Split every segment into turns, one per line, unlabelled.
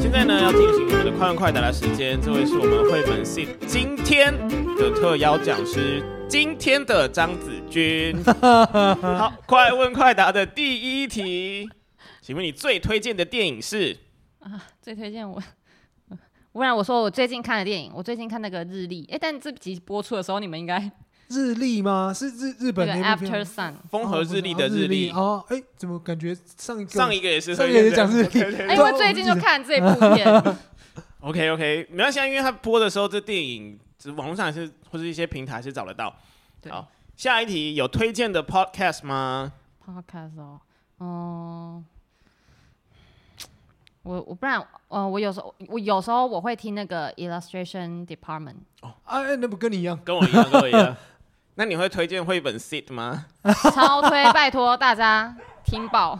现在呢要进行我们的快问快答的时间，这位是我们绘本系今天的特邀讲师，今天的张子 君。好，快问快答的第一题，请问你最推荐的电影是？
最推荐我，不然我说我最近看的电影，我最近看那个《日历》，哎，但这集播出的时候你们应该
日历吗？是日日
那
本
个
那
《
部片吗
After Sun》，
风和日丽的
日
日丽。
哦，哎，怎么感觉上一个
上一个也是，
哦上一个也讲日历
对对
哎，
对
因为最近就看这部 片，
OK OK，没关系，啊，因为他播的时候，这电影只网络上也是或是一些平台是找得到。
对
好，下一题有推荐的 Podcast 吗？
Podcast 哦，嗯，我我不然，呃，我有时候我有时候我会听那个 Illustration Department，
啊，哎那不跟你一样？
跟我一样，跟我 一样。那你会推荐绘本 Sit 吗？
超推，拜托大家听爆，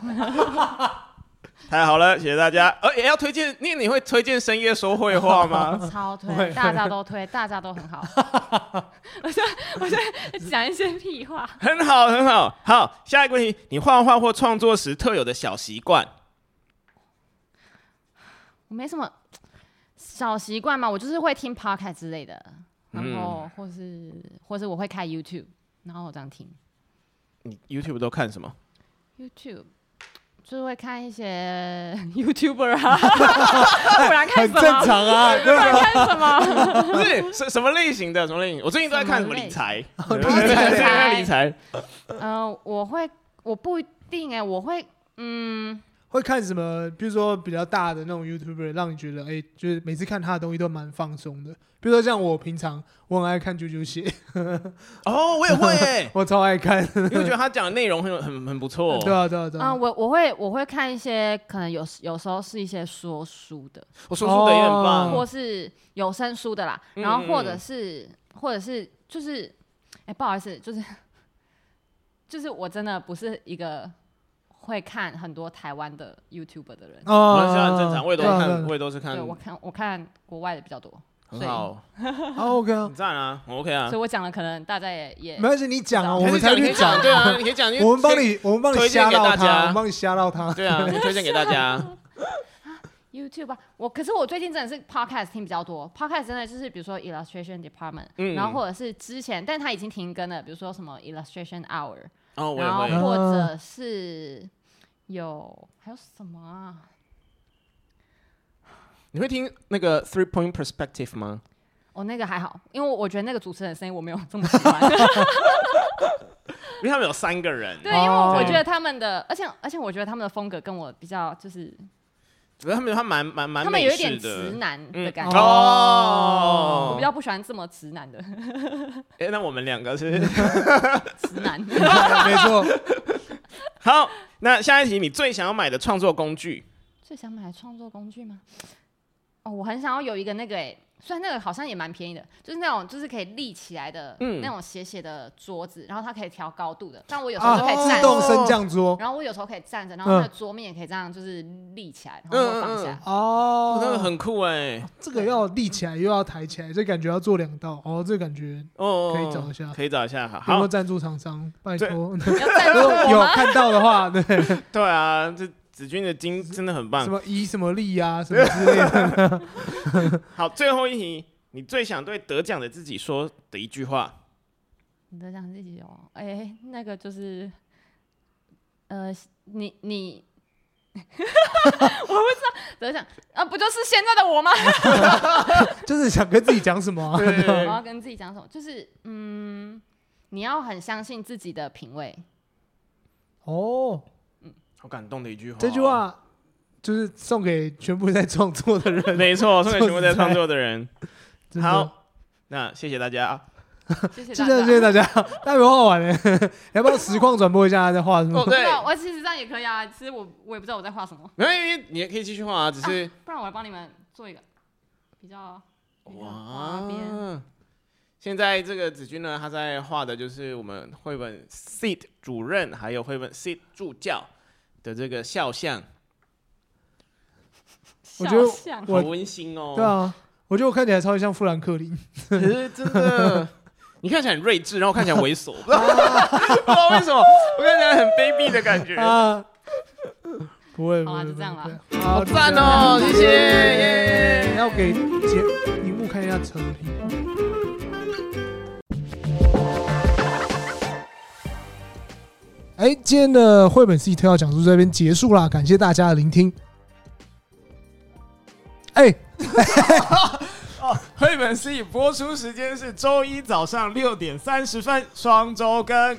太好了，谢谢大家。呃，也要推荐，你你会推荐深夜说会话吗？
超推，
会
大家都推，大家都 很好。 我现在我现在讲一些屁话，
很好，很好。好，下一个问题，你画画或创作时特有的小习惯，
我没什么小习惯嘛，我就是会听 podcast 之类的，
嗯
然后或是、或是我会开 YouTube，然后我这样听
你 YouTube 都看什么？
YouTube，就是会看一些 YouTuber 啊， 不然 看
很
什
正
么？
常啊，
不然看什么？
不是什什么类型的？什么类型？我最近都在看什么理财，对对对
哦理财
对对对理财。
嗯、我会，我不一定哎、我会，嗯，
会看什么？比如说比较大的那种 YouTuber，让你觉得哎、就是每次看他的东西都蛮放松的。比如说像我平常我很爱看啾啾鞋，，
哦，我也会 耶
我超爱看。
因为我觉得他讲的内容很有很很不错。
对啊，对啊，对
啊、
啊。
我我会我会看一些可能有有时候是一些说书的，
我说出的也很
嗯
棒。
或是有声书的啦，
嗯
然后或者是、或者是就是，哎、不好意思，就是 就是我真的不是一个会看很多台湾的 YouTube 的人，
哦
我很很正常，我也都是
对啊
看，
对
我也都是看
对，我看我看国外的比较多，
很好，
啊啊，OK 啊
很，赞啊我，OK 啊
所以。我讲了可能大家也也
没关系，你讲啊，我
还
们
是
才
讲你可
去
以讲，对啊，你可以讲，因为
我们帮你，我们帮你
推荐
吓
给
到
大家
他，我们帮你吓到他。
对啊，推荐给大 家。
YouTube 啊，我可是我最近真的是 Podcast 听比较多，Podcast 真的就是比如说 Illustration Department，、
嗯
然后或者是之前，但它已经停更了，比如说什么 Illustration Hour。
哦，我也
然后
会。
或者是有还有什么啊？
你会听那个 Three Point Perspective 吗？
哦，那个还好，因为我觉得那个主持人的声音我没有这么喜欢。
因为他们有三个人，
对，因为我
哦
觉得他们的，而且而且我觉得他们的风格跟我比较，就是
不是他们他蛮蛮蛮
他们有
美
一点
式
直
的。
男的
嗯
感觉。我
哦
比，较不喜欢这么直男的
哎，那我们两个是
直 男，
没错，
好。那下一题，你最想要买的创作工具？
最想买的创作工具吗？哦，我很想要有一个那个哎、虽然那个好像也蛮便宜的，就是那种就是可以立起来的、
嗯
那种斜斜的桌子，然后它可以调高度的，但我有时候
啊，嗯
就可以
自
站起来
动升降桌
然后我有时候可以站着，然后那个桌面也可以这样，就是立起来，然后我放下。
哦，那个
哦，
很酷哎。
这个要立起来又要抬起来，这感觉要做两道哦，这感觉
哦，
可以找一下
可以找一下。好，
有没有
好，
赞助厂商？拜
对
托，
你要站
如果
着
有
我吗？
看到的话，对，
对啊，这子君的金真的很
什
棒。
么以什么力啊，什么之类 的。
好，最后一题，你最想对得奖的自己说的一句话？
你在讲自己哦，哎、那个就是，呃，你你， 我不知道得奖啊，不就是现在的我吗？
就是想跟自己讲什么、啊。
对
我要跟自己讲什么？就是嗯，你要很相信自己的品味。
哦，
好感动的一句话。
这句，话就是送给全部在创作的人。
没错，送给全部在创作的人。
真的
好，那谢谢大家。啊
谢谢
谢
大
谢谢
家。
谢大家， 大家有画完了，欸 要不要实况转播一下他在画什么
哦，？对，
对，我其实这样也可以啊。其实我我也不知道我在画什么，
没有，因为你也可以继续画啊，只是、
不然我来帮你们做一个比较比较花啊边。
哇。现在这个子君呢，他在画的就是我们绘本 seat 主任，还有绘本 seat 助教的这个肖像，
我觉得
肖像
好
我
温馨哦。
对，啊，我觉得我看起来超级像富兰克林，
可是 真的，你看起来很睿智，然后看起来猥琐， 不知道不知道为什么，我看起来很卑鄙的感觉。
啊，不会，
好啦
不会
就这样啦，
不会好
好赞哦谢谢耶
要给节荧幕看一下成品。哎，今天的绘本 C 特邀讲述这边结束啦，感谢大家的聆听。哎，
绘 本 seat 播出时间是周一早上六点三十分，双周更，